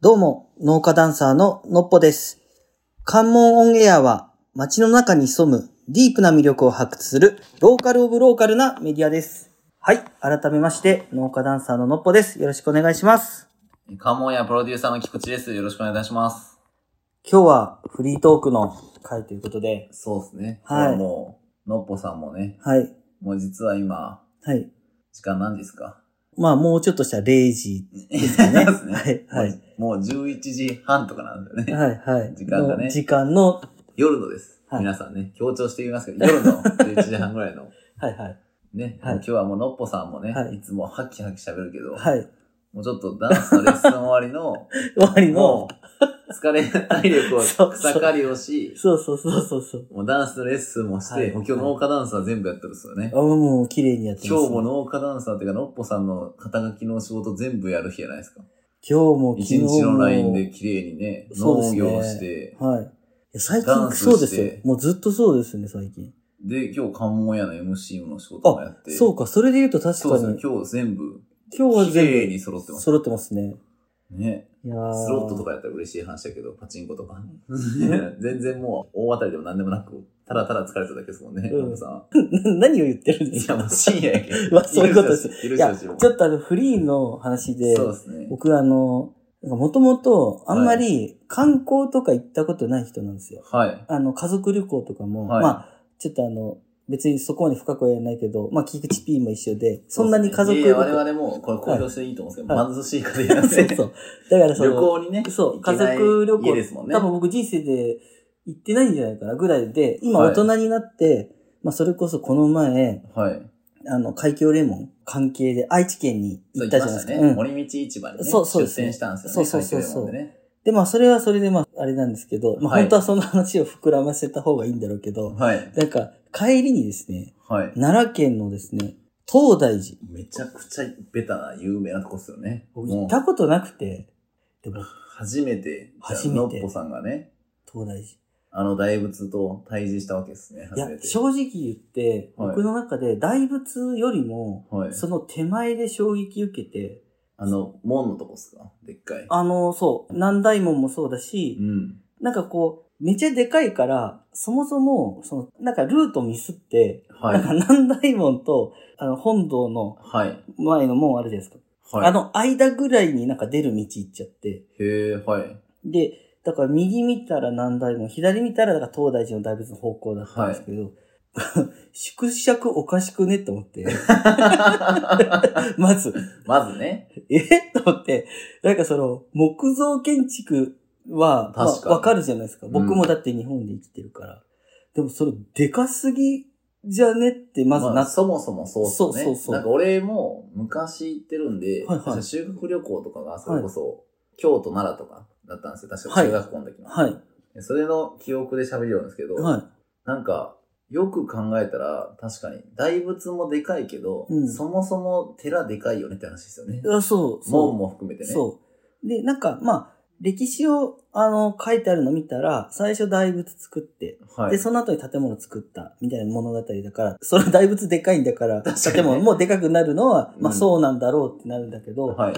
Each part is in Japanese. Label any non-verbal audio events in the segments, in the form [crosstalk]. どうも、農家ダンサーののっぽです。関門オンエアは街の中に潜むディープな魅力を発掘するローカルオブローカルなメディアです。はい、改めまして農家ダンサーののっぽです。よろしくお願いします。関門やプロデューサーの菊池です。よろしくお願いいたします。今日はフリートークの回ということで、そうですね。はいこれもう、のっぽさんもね、はい、もう実は今、はい。時間何ですかまあもうちょっとしたら0時ですかね。 [laughs] そうですねはい、はい。もう11時半とかなんですよね。はい、はい。時間がねの時間の、は夜のです、はい皆さんね、強調して言いますけど、夜の11時半ぐ [laughs] らいの。い、はい。ね、はい今日はもうのっぽさんもね、はいい、つもはきはき喋るけど、はい。もうちょっとダンスのレッスン終わりの、終わりの、もう、疲れ、体力 [laughs] をそうそう草刈りをし、そうそうそうそうそう。もうダンスのレッスンもして、はいもう今日農家ダンサー全部やってるんですよねあ。もう綺麗にやってます、今日も農家ダンサーっていうか、のっぽさんの肩書きの仕事全部やる日じゃないですか。今日も昨一日も。日のラインで綺麗にね、そうで農すね業をして、はい。いや最ダン近スそうですしよて。もうずっとそうですね、最近。で、今日関門屋の MC の仕事もやって、そうか、それで言うと確そうかですねに、今日全部、今日は綺麗全に揃って部ます。揃ってますね。ね。いやスロットとか。かやったら嬉しい話だけど、パチンコとか。 [laughs] 全然もう、大当たりでも何でもなく、ただただ疲れただけですもんね、うんのっぽさん。何を言ってるんでいすや、かもう深夜やけど。まあ [laughs] そういうことですいるい人や、たちちもょっとあの、フリーの話で、そうですね。僕あの、もともとあんまり観光とか行ったことない人なんですよ。はい。あの、家族旅行とかも、はいまあ、ちょっとあの、別にそこまで深くは言えないけど、まあ、菊池 P も一緒で、そんなに家族い旅やいや行。我々も、これ公表していいと思うんですけど、は貧しい家庭 [laughs] なんで。そうそう。だからその、旅行にね、そう、行家けない族旅行家ですもんね。多分僕人生で行ってないんじゃないかなぐらいで、今はい大人になって、まあそれこそこの前、はい。あの、海峡レモン関係で愛知県にそ行う、行っきたまじゃないですしたか。ね。うん、森道市場にね、そうそうです出ね店したんですよね。そうそうそうそう海峡レモンでねで、まあそれはそれでまああれなんですけど、まあはい本当はその話を膨らませた方がいいんだろうけど、はい。なんか帰りにですね、はい。奈良県のですね、東大寺。めちゃくちゃベタな有名なとこっすよね。僕行もっうたことなくて、でも初めて、初めてのっぽさんがね、東大寺。あの大仏と対峙したわけですね。い初やめ、て。正直言って、はい僕の中で大仏よりも、はい。その手前で衝撃受けて、あの、門のとこっすかでっかい。あの、そう、南大門もそうだしう、ん。なんかこう、めちゃでかいから、そもそも、その、なんかルートミスって、は [laughs] なんかい。南大門と、あの、本堂のはい。前の門あるじゃないですか。はい。あの間ぐらいになんか出る道行っちゃって、へえ、 [laughs] はい。で、だから右見たら南大門、左見たらだから東大寺の大仏の方向だったんですけど、 [laughs] 縮尺おかしくねって思って、 [laughs] まず、まずね、え [laughs] と思って、なんかその、木造建築は、まあ確かにわかるじゃないですか。僕もだって日本で生きてるから。でもそれ、でかすぎじゃねって、まずなまあ、っそもそもそうっすよね。そうそうそうなんか俺も昔行ってるんで、はいはい確か修学旅行とかがそれこそ、京都、奈良とかだったんですよ。確か中学校の時の。はい。それの記憶で喋るようなんですけど、はなんか、よく考えたら、確かに、大仏もでかいけど、うんそもそも寺でかいよねって話ですよねい。。あそう、そう。門も含めてね。そう。で、なんか、まあ、歴史を、あの、書いてあるの見たら、最初大仏作って、はい。で、その後に建物作った、みたいな物語だから、それ大仏でかいんだから、確かにね建物もでかくなるのは、まあうんそうなんだろうってなるんだけど、はい。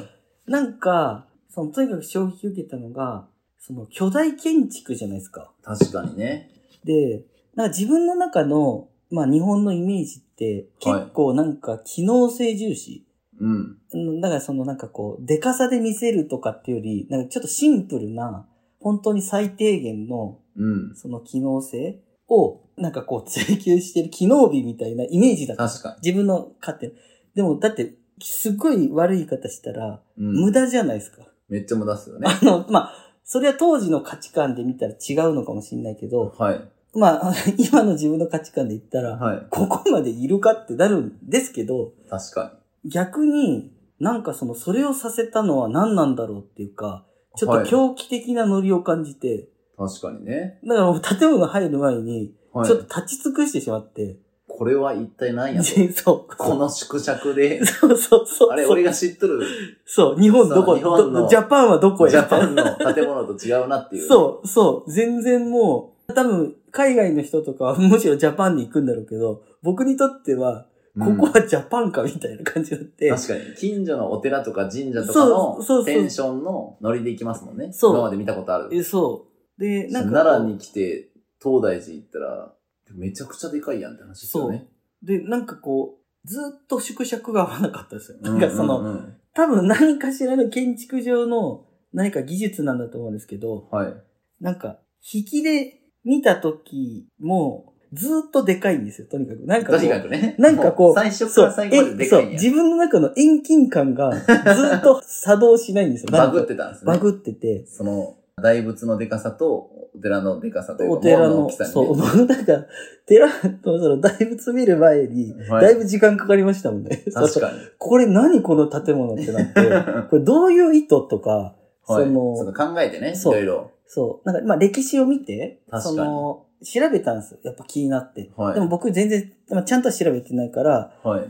なんか、その、とにかく衝撃受けたのが、その、巨大建築じゃないですか。確かにね。で、なんか自分の中の、まあ日本のイメージって、はい結構なんか機能性重視。うん。うんだからそのなんかこう、でかさで見せるとかっていうより、なんかちょっとシンプルな、本当に最低限の、うん。その機能性を、なんかこう追求してる機能美みたいなイメージだった。確か自分の勝手な。でも、だって、すっごい悪い言い方したら、に。うん。無駄じゃないですか。めっちゃ無駄っすよね。あの、まあ、それは当時の価値観で見たら違うのかもしれないけど、はい。まあ、 [laughs] 今の自分の価値観で言ったら、はい。ここまでいるかってなるんですけど、確かに。逆になんかその、それをさせたのは何なんだろうっていうか、ちょっと狂気的なノリを感じて、確かにね。だからもう建物入る前に、はい。ちょっと立ち尽くしてしまって、ここれは一体何やと。 [laughs] そう。この縮尺で、そうそうそう。あれ、俺が知っとるそう、日本どこ、そう日本のどジャパンはどこへジャパンの建物と違うなっていう。そう、そう、全然もう、多分、海外の人とかは [laughs] むしろジャパンに行くんだろうけど、僕にとっては、うこんこはジャパンかみたいな感じになって、確かに。近所のお寺とか神社そうとそかうそうのテンションのノリで行きますもんね。そう今まで見たことある。えそう。で、なんか、奈良に来て、東大寺行ったら、めちゃくちゃでかいやんって話ですよね。で、なんかこう、ずっと縮尺が合わなかったですよ。なんかその、うんうんうん多分何かしらの建築上の何か技術なんだと思うんですけど、はい。なんか、引きで見た時も、ずっとでかいんですよ、とにかく。なんかとこうにかくね。なんかこうも最初から最後まででかそういんや自。分の中の遠近感がずっ [laughs] と作動しないんですよ。バグってたんですね。バグってて、その、大仏のでかさと、お寺のでかさというか、お寺門の、大きさにねそう、僕なんか、寺とその大仏見る前に、はいだいぶ時間かかりましたもんね。確そうかに。これ何この建物ってな [laughs] って、これどういう意図とか、はそい、のその考えてね、いそうろいろ。そう、なんか、まあ歴史を見て、確かそにの、調べたんですよ。やっぱ気になって。はい。でも僕全然、まあちゃんとは調べてないから、はい。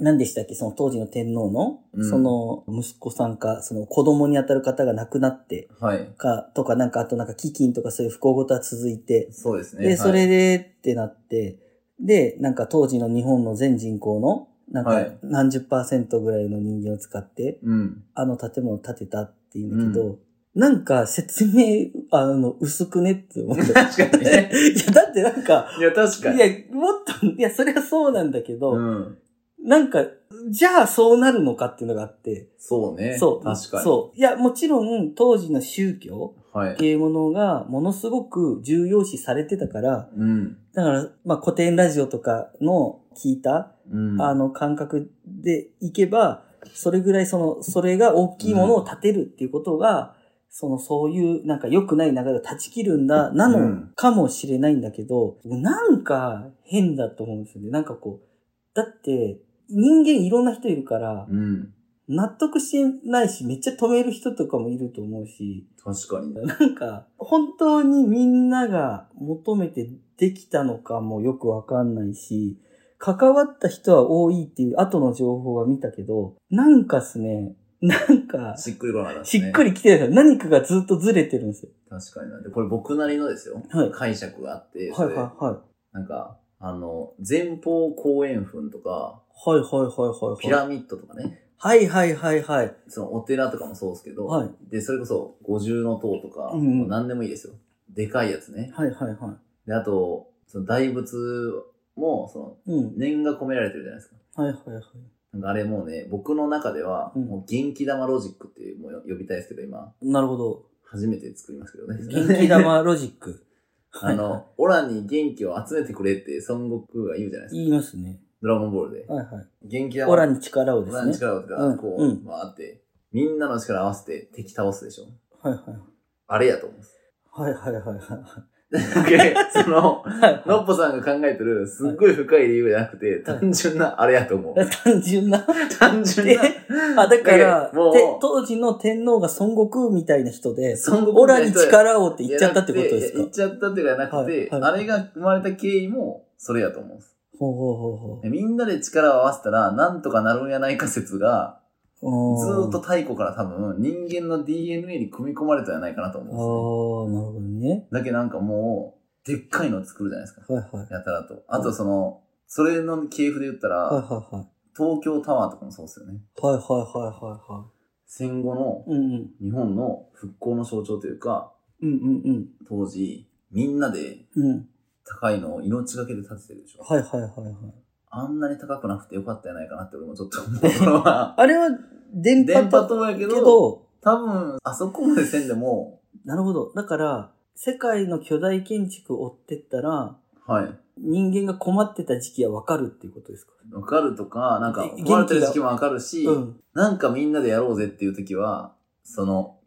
何でしたっけその当時の天皇の、うんその息子さんか、その子供に当たる方が亡くなって、はい。か、とか、なんか、あとなんか、基金とかそういう不幸事は続いて、そうですね。で、はいそれでってなって、で、なんか当時の日本の全人口の、なんはかい何十パーセントぐらいの人間を使って、 [laughs] うん。あの建物を建てたっていうんだけど、なんか説明、あの、薄くねって思っ [laughs] て。確かにね。いや、だってなんか、いや、確いかに。や、もっと、いや、それはそうなんだけど、うん。なんか、じゃあそうなるのかっていうのがあって、そうね。そう、確かに。そう。いや、もちろん当時の宗教、はい。っていうものがものすごく重要視されてたから、うん。だから、まあ古典ラジオとかの聞いた、うん。あの感覚でいけば、それぐらいその、それが大きいものを立てるっていうことが、その、そういう、なんか良くない流れを断ち切るんだ、なうのんかもしれないんだけど、なんか変だと思うんですよね。なんかこう、だって、人間いろんな人いるから、うん。納得してないし、めっちゃ止める人とかもいると思うし、確かに。なんか、本当にみんなが求めてできたのかもよくわかんないし、関わった人は多いっていう後の情報は見たけど、なんかっすね、なんか、しっくりこなかったですしね。っくり。りきてないですよ。何かがずっとずれてるんですよ。確かにな。で、これ僕なりのですよ。はい解釈があって、はいはいそれはなんか、あの、前方後円墳とか、い。はいはいはいピはいはい。ラミッドとかね、はいはいはいはい。そのお寺とかもそうですけど、はいで、それこそ五重の塔とか、うんうんもう何でもいいですよ。でかいやつね。はいはいはで、あと、その大仏も、その、い。うん。念が込められてるじゃないですか。はいはいはい。なんかあれもうね、僕の中では、うんもう元気玉ロジックっていう、もう呼びたいですけど、今、なるほど。初めて作りますけどね。元気玉ロジッ [laughs] ク。 [laughs] あの、オラに元気を集めてくれって孫悟空が言うじゃないですか。言いますね。ドラゴンボールで。はいはい。元気玉。オラに力をオでラすにね。力をってか、うんこうう、ん回って、みんなの力合わせて敵倒すでしょ。はいはい。あれやと思うんです。はいはいはいはい。でそはの、いはいのっぽさんが考えてる、すっごい深い理由じゃなくて、はい単純なあれやと思う。単純な。単純な。あ、だから、でもうて当時の天皇が孫悟空みたいな人で、孫悟オ空ラみたいにな人や力をって言っちゃったってことですいや言っかちゃったっていうかなくて、はいはいあれが生まれた経緯もそれやと思うんです。ほうほうほうみんなで力を合わせたら、なんとかなるんやないか説が、ずほう。ーっとあー。太古から多分人間の DNA に組み込まれたんじゃないかなと思うんああですね。ー、なるほどね。だけどなんかもう、でっかいの作るじゃないですか。はいはい。やたらと。あとその、それの系譜で言ったら、はいはいはい。東京タワーとかもそうですよね。はいはいはいはいは戦後のい。うんうん。日本の復興の象徴というか、うんうん当時、みんなでうん。うん。高いのを命がけで建ててるでしょ。はいはいはいはい。あんなに高くなくてよかったんじゃないかなって俺もちょっと思うところは。あれは、 [laughs] 電波電波と、塔やけけど、ど、多分、あそこまでせんでも、なるほど。だから、世界の巨大建築を追ってったら、はい。人間が困ってた時期はわかるっていうことですかわかるとか、なんか、え壊れてる時期もわかるし、うん。なんかみんなでやろうぜっていう時は、[laughs] その、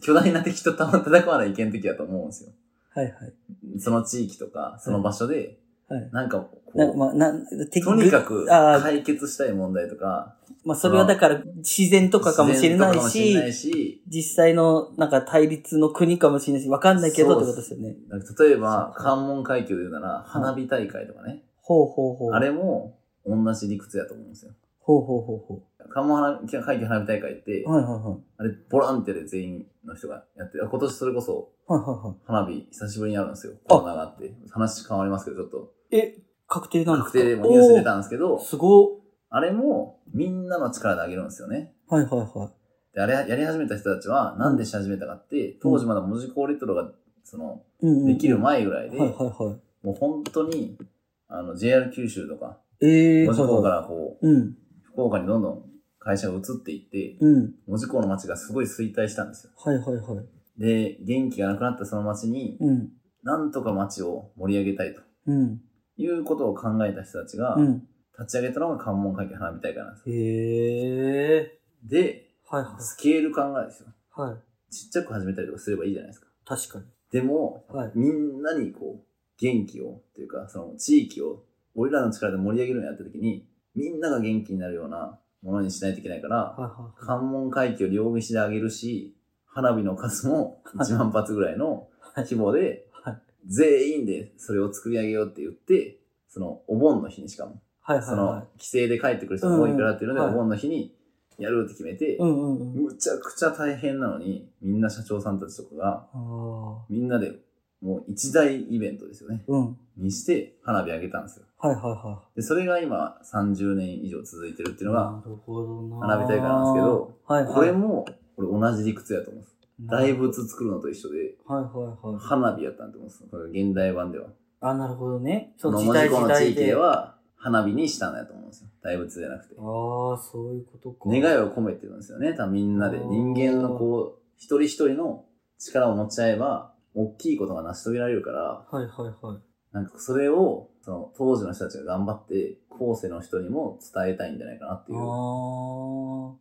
巨大な敵とた戦わないけん時だと思うんですよ。はいはい。その地域とか、その場所で、はい。なんかこう、なんかまあ、なん、敵とにかくあー解決したい問題とか、まあ、それはだから自然とかかもしれないし、自然とかもしれないし実際のなんか対立の国かもしれないし、わかんないけどっそうてでこすとですよね。なんか例えば、関門海峡で言うなら、花火大会とかね。はほうほうほう。あれも同じ理屈やと思うんですよ。ほうほうほうほ関門花火会議花火大会って、う。はいはいはい。あれボランティアで全員の人がやってる、あ今年それこそはいはいは花火久しぶりにやるんですよ。コロナがあって。話変わりますけど、ちょっと。い。え、確定なんです確か定でもニュース出たんですけどおー、すごっ。あれもみんなの力で上げるんですよね。はいはいはい。で、あれやり始めた人たちはなんでし始めたかって、当時まだ文字工レトロが、その、うん、うん。できる前ぐらいで、はいはいはもう本当に、あの、JR 九州とか、い。ええー、文字工かはいはい。らこうん。う、福岡にどんどん会社が移っていって、うん。文字工の街がすごい衰退したんですよ。はいはいはい。で、元気がなくなったその街に、うん。なんとか街を盛り上げたいとうん。いうことを考えた人たちが、うん。立ち上げたのが関門会議花火大会なんですよ。へえ。で、はいはスケール考えですよ。い。はい。ちっちゃく始めたりとかすればいいじゃないですか。確かに。でも、はい。みんなにこう、元気を、というか、その地域を、俺らの力で盛り上げるんやった時に、みんなが元気になるようなものにしないといけないから、はいはいはい。関門海峡を両岸で上げるし、花火の数もはい1万発ぐらいのはい規模ではい、全員でそれを作り上げようって言って、そのお盆の日にしかも、はいはいそはの帰省で帰ってくる人も多いからっていうので、うんうんお盆の日にやるって決めてい。う、んうんうん。むちゃくちゃ大変なのに、みんな社長さんたちとかが、ああ。みんなでもう一大イベントですよね。うん。にして花火上げたんですよ。はいはいはで、それが今30年以上続いてるってい。いうのが、なるほどな。花火大会なんですけど、はいはい。これも、これ同じ理屈やと思うんです。大はい仏作るのと一緒で、はいはい。花火やったんだと思うんです。これ現代版では。あ、なるほどね。そこのの時文字代工時の地代域で。であは、花火にしたんだと思うんですよ。大仏じゃなくてあ。ー、そういうことか。願いいを込めてるんですよね。多分みんなで。あー人間のこう、一人一人の力を持ち合えば、大きいことが成し遂げられるから、はいはいはい。なんかそれを、その当時の人たちが頑張って、後世の人にも伝えたいんじゃないかなっていう。あ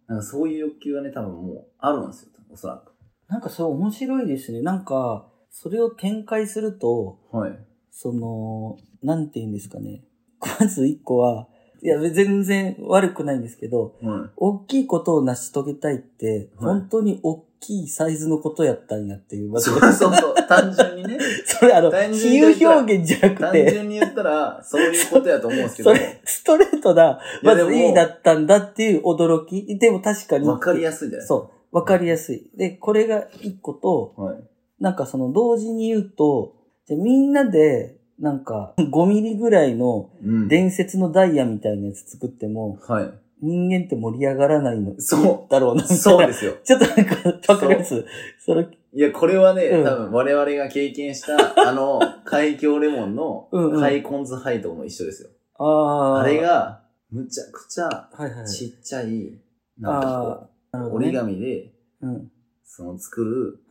あ。なんかそういう欲求がね、多分もうあるんですよ。おそらなんかそれ面白いですね。なんか、それを展開すると、く。はい。その、なんて言うんですかね。 [laughs] まず一個は、いや、全然悪くないんですけど、はい。 [laughs] 大きいことを成し遂げたいって、はい本当に大きいサイズのことやったんやっていう。まずそうそうそう。単純にね。 [laughs] それあの、単比純に言った喩ら表現じゃなく単て、純に言ったら、そういうことやと思うんですけどそ、れ、ストレートな、まずいいだったんだっていう驚き。でも確かに。わかりやすいんじゃないですか。そう。わかりやすい。で、これが一個と、はい。なんかその同時に言うと、じゃあみんなで、なんか5ミリぐらいのうん。伝説のダイヤみたいなやつ作っても、は人間って盛り上がらないのい。そだろうな。。う。そうですすよ。ちょっとなんか、わかりますそれ、いや、これはね、うん多分我々が経 [laughs] 験した、あの、海峡レモンのうんうん、ハイコンズハイとも一緒ですよ。ああ。あれ、が、むちゃくちゃはいはい。ちっちゃい、なんかなるこう、ほど折りね。紙で、うん。その作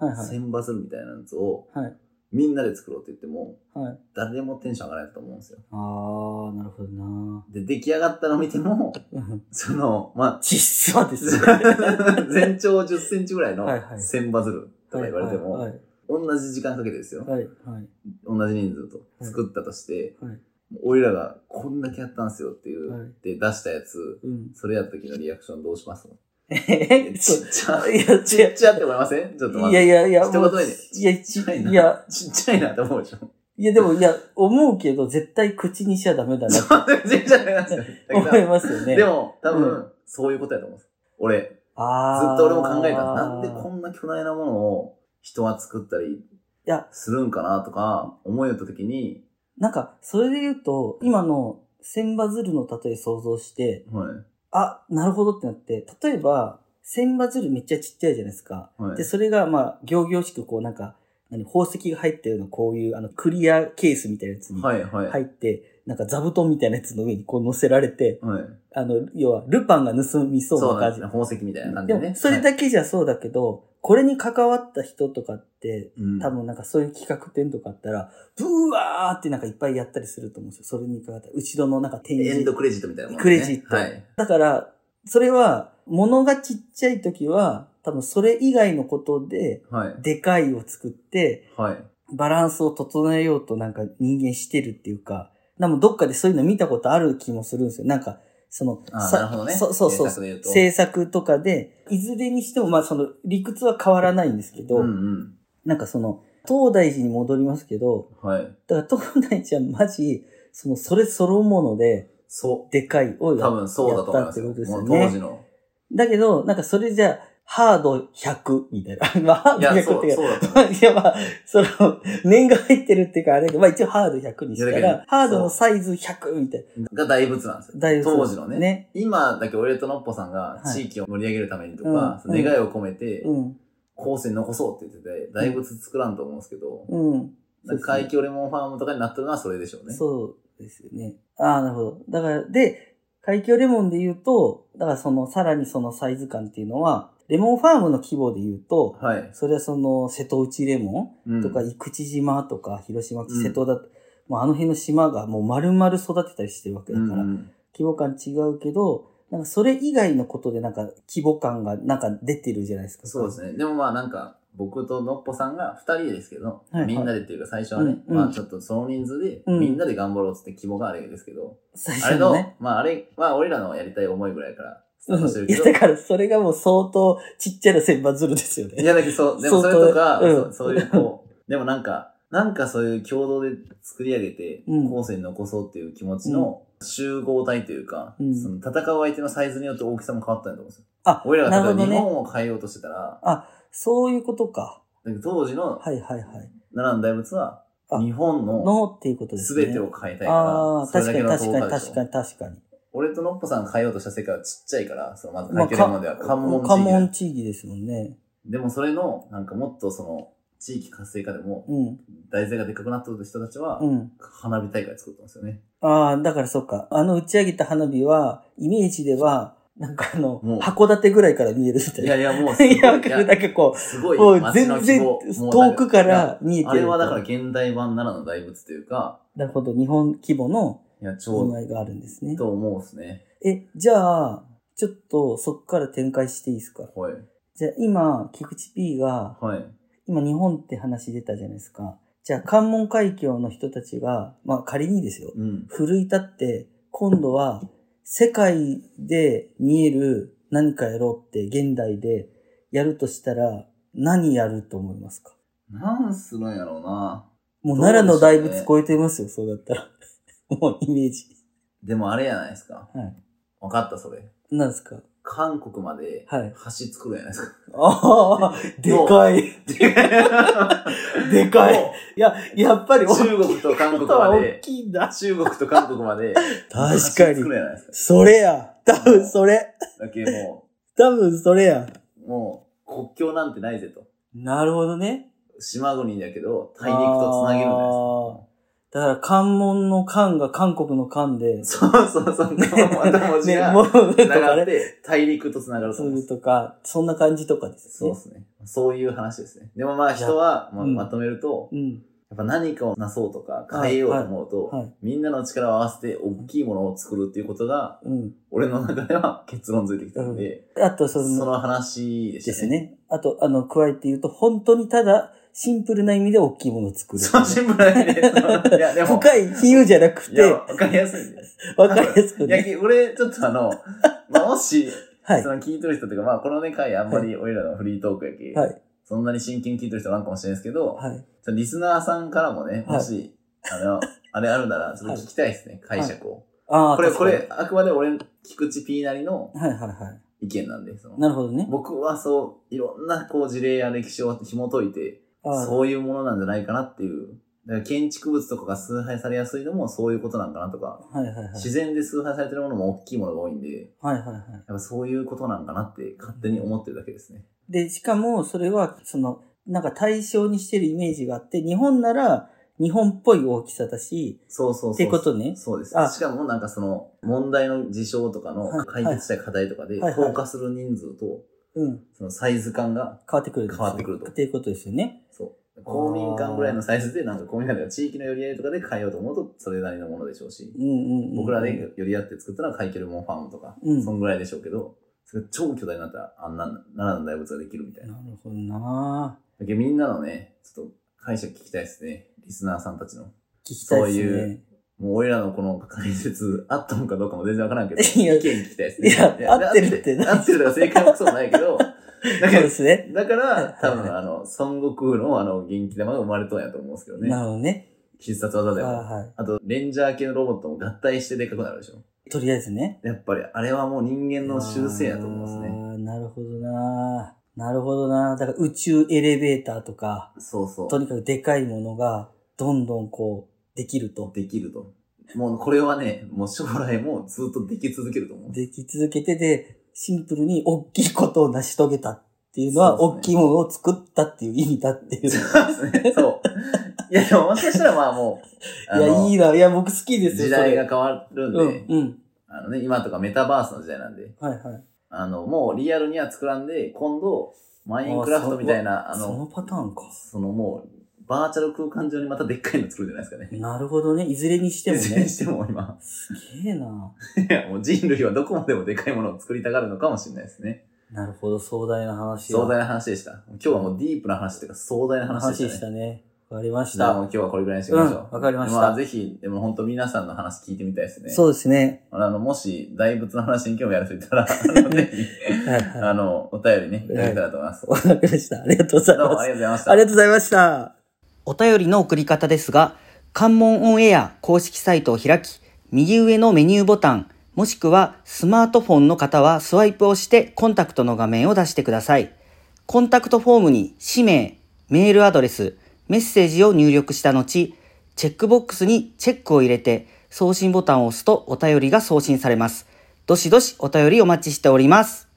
はいる、はい千羽鶴みたいなやつをはい、みんなで作ろうって言っても、はい。誰もテンション上がらないと思うんですよ。ああ、なるほどな。で、出来上がったの見ても、うんその、まあ、 [laughs] 実は [laughs] ですね。全長10センチぐらいのはいはい千羽鶴とか言われても、はい同じ時間かけてですよ、はいはい。同じ人数と作ったとして、はい俺らがこんだけやったんすよっていう、はいで出したやつうん。それやった時のリアクションどうしますええ [laughs] ちそうっちゃいや、ち違っちゃって思いませんちょっとう。い待っやていやいや、一言もう目でいや、ちちっちゃいないや、ちっちゃいなって思 [laughs] うでしょいやでも、いや、思うけど、絶対口にしちゃダメだなってちっちゃいなって [laughs] 思う思だけいどますよね。で、も多分、うそういうことやと思うんです俺ずあーっと俺も考えたなんでこんな巨大なものを人は作ったりいやするんかなとか思いよった時に、なんか、それで言うと、今の千羽鶴の例え想像して、はいあ、なるほどってなって、例えば、千羽鶴めっちゃちっちゃいじゃないですか。はいで、それが、まあ、行々しくこう、なんか、何宝石が入ったような、こういう、あの、クリアケースみたいなやつに入はいはい。って、なんか座布団みたいなやつの上にこう乗せられて、はい。あの、要は、ルパンが盗みそそううなな感んですじ。ね。宝石みたいな感じででねも、。それはいだけじゃそうだけど、これに関わった人とかって、うん多分なんかそういう企画展とかあったら、ブワーってなんかいっぱいやったりすると思うんですよ。それに関わった。後ろのなんか展エン示ド。クレジットみたいなもんね。クレジットはい。だから、それは、物がちっちゃい時は、多分それ以外のことで、はい。でかいを作って、はい。バランスを整えようとなんか人間してるっていうか、でもどっかでそういうの見たことある気もするんですよ。なんか、その、あーさなるほどね。そうそうそう原。作で言うと。制作とかで、いずれにしても、まあその理屈は変わらないんですけど、うんうん。なんかその、東大寺に戻りますけど、はい。だから東大寺はマジ、その、それそのもので、そでかいをう。や多分そうだと思いますやよ。ったってことですよもうね当時の。だけど、なんかそれじゃ、ハード100みたいな。 [laughs] まあ、ハーいドや、 100そっう、てそうだと [laughs] 思う。いや、まあ、その、年が入ってるっていうか、あれだけどまあ一応ハード100にしたいやだらけ、どハードのサイズ100みたいな。が大仏なんですよ。だいぶそう当時のねね。今だけ俺とのっぽさんがはい地域を盛り上げるためにとか、うんその願いを込めて、うん。後世に残そうって言ってて、大仏作らんと思うんですけど、うん。なんか海峡レモンファームとかになってるのはそれでしょうね。そうですよね。ああ、なるほど。だから、で、海峡レモンで言うと、だからその、さらにそのサイズ感っていうのは、レモンファームの規模で言うと、はい。それはその、瀬戸内レモうんンとか、生口島とか、広島、うん瀬戸だと、もうあの辺の島がもう丸々育てたりしてるわけだから、うんうん規模感違うけど、なんかそれ以外のことでなんか規模感がなんか出てるじゃないですか。そうですね。でもまあなんか、僕とのっぽさんが2人ですけど、はいはいみんなでっていうか最初はね、うんうんまあちょっとその人数で、うんみんなで頑張ろうっつって規模があれですけど、最あれ初のの、ね。まああれは俺らのやりたい思いぐらいからスタートしてうんるいけや、ど、だからそれがもう相当ちっちゃな千羽鶴ですよね。いやだけどそう、でもそれとか、相当そうんうそういうこう、でもなんか、なんかそういう共同で作り上げて、うん後世に残そうっていう気持ちの集合体というか、うんその戦う相手のサイズによって大きさも変わったんだと思うんですよ。あ、俺らなるほが例えばど日ね。本を変えようとしてたら、そういうことか。だけど当時のはいはいはい。奈良の大仏はあ、日本ののっていうことですね。全てを変えたいあかあ、ら、そ確れだかけにの確かに10日で確しょかに確かに。俺とのっぽさんが変えようとした世界はちっちゃいから、そのまずまあ関係るものではか関門地関域だ門地域ですもんね。でもそれの、なんかもっとその、地域活性化でも、うん。大勢がでっかくなってる人たちは、うん。花火大会作ったんですよね。ああ、だからそっか。あの打ち上げた花火は、イメージでは、なんかあのもう、函館ぐらいから見えるみたいいな。やいや、もうすごい。いや、わかる。なんかこすごう、い。もう街の全規然模もうだ遠いぶくから見えいてやる。あれはだから現代版奈良の大仏というか、なるほど、日本規模のいや、ちょ意ういがあるんですねど。と思うですね。え、じゃあ、ちょっとそっから展開していいですかはい。じゃあ今、菊池 P が、はい。今日本って話出たじゃないですか。じゃあ関門海峡の人たちが、まあ仮にですよ、うん。奮い立って、今度は世界で見える何かやろうって現代でやるとしたら何やると思いますかなんするんやろうな。もうどうでしょ奈うね良の大仏超えてますよ、そうだったら。 [laughs] もうイメージ。でもあれやないですか。はい。わかった、それ。なんですか韓国まではい橋作るんやないですか。ああ、でかい。でかい。いや、やっぱりもう中国と韓こ国とはま大で、きいんだ。中国と韓国まで、橋確か作にるん。やないですか。それや。多分それ。だけども多分それや。う、もう、国境なんてないぜと。なるほどね。島国だけど、大陸とつなげるんじゃないだから関門の関が韓国の関でで、すか。そうそうそう。また文字ね、がもうと繋かがっね、て、大陸とつながるとそ思ういいうます。とか、そんな感じとかですね。そうですね。そういう話ですね。でもまあ人は、まあうんまとめると、うん。やっぱ何かをなそうとか変えようと思うはいはいはいと、みんなの力を合わせて大きいものを作るっていうことが、うん。俺の中では [laughs] 結論づいてきたので、あとそその、の話ででしたすね。ね。あと、あの、加えて言うと、本当にただ、シンプルな意味で大きいものを作る。そう、シンプルな [laughs] 意味で。いや、でも、深い比喩じゃなくいてや、、わかりやすいです。わかりやすくいやね。、俺、ちょっとあ [laughs] の、まあ、もし、はいそ。の聞いてる人というか、まあ、このね、回あんまり俺らのフリートークやけ、はいそんなに真剣に聞いてる人はなんかもしれないですけど、はい。ちょっとリスナーさんからもね、はいもし、あの、あれあるなら、ちょっと聞きたいですね、解釈を。ああ、これ、確こかにれ、あくまで俺、菊池 P なりのはいはいは意見なんで、そい。のなるほどね。僕はそう、いろんなこう事例や歴史を紐解いて、ああそういうものなんじゃないかなっていう。だから建築物とかが崇拝されやすいのもそういうことなんかなとか、はいはいはい。自然で崇拝されてるものも大きいものが多いんで、はいはいはい。やっぱそういうことなんかなって勝手に思ってるだけですね。で、しかも、それは、その、なんか対象にしてるイメージがあって、日本なら、日本っぽい大きさだし、そうそうそう。ってことねそうですあ。しかもなんかその問題の事象とかはいの解決したい課題とかではいはい投下する人数とうん、そのサイズ感が、変わってくるんですよ変わってくるとっていうことですよね。そう。公民館ぐらいのサイズでなんか公民館では地域の寄り合いとかで変えようと思うとそれなりのものでしょうし、うんうん、うん。僕らで寄り合って作ったのはカイケルモンファームとか、うんそんぐらいでしょうけど、それが超巨大になったらあんな奈良の大仏ができるみたいなな。るほどなだけどみんなのね、ちょっと解釈聞きたいですね。リスナーさんたちの。聞きたいですね。そういうもう俺らのこの解説あったのかどうかも全然わからんけ [laughs] ど、い意や見聞きたいですね。いや合ってるって合ってるとか正解もそうないけど、[laughs] だそかうでら、すね。だからい [laughs] 多分あの、孫悟空のあの元気玉が生まれとんやと思うんですけどね。なるほどね。必殺技だあよ。はあと、レンジャー系のロボットも合体してでっかくなるでしょ。い。とりあえずね。やっぱり、あれはもう人間の習性やと思いますね。あーなるほどな。なるほどな。だから宇宙エレベーターとか、そうそとう。にかくでかいものが、どんどんこう、できると。できると。もう、これはね、もう将来もずっとでき続けると思う。でき続けてで、シンプルに大きいことを成し遂げたっていうのは、そう大ですきいものを作ったっていう意味だっていう。そうですね。そう。いや、でももしかしたらまあも [laughs] う、[laughs] あいや、のいいな。いや、僕好きですよ。時代がそ変わるんで、れ。うん、うん。あのね、今とかメタバースの時代なんで、はいはい。あの、もうリアルには作らんで、今度、マインクラフトみたいな、ああその、のパターンか。そのもう、バーチャル空間上にまたでっかいの作るんじゃないですかね。なるほどね。いずれにしてもいずれねに。しても今、すげえな。 [laughs] いやもう人類はどこまでもでかいものを作りたがるのかもしれないですね。なるほど、壮大な話壮大な話でした。今日はもうディープな話というか壮大なな話話ででししたね。たね。わかりましじゃあたもう。今日はこれぐらいにしておきましょう。うんわかりましたあぜひ、でも本当皆さんの話聞いてみたいですね。そうですね。あの、もし、大仏の話に興味ある人い [laughs] たら、あのぜひ、はいはあの、お便りね、いただけたらと思いますい。。わかりました。ありがとうございどうもまあすり。がとうございましあたり。がとうございました。お便りの送り方ですが、関門オンエア公式サイトを開き、右上のメニューボタン、もしくはスマートフォンの方はスワイプをしてコンタクトの画面を出してください。コンタクトフォームに氏名、メールアドレス、メッセージを入力した後、チェックボックスにチェックを入れて送信ボタンを押すとお便りが送信されます。どしどしお便りお待ちしております。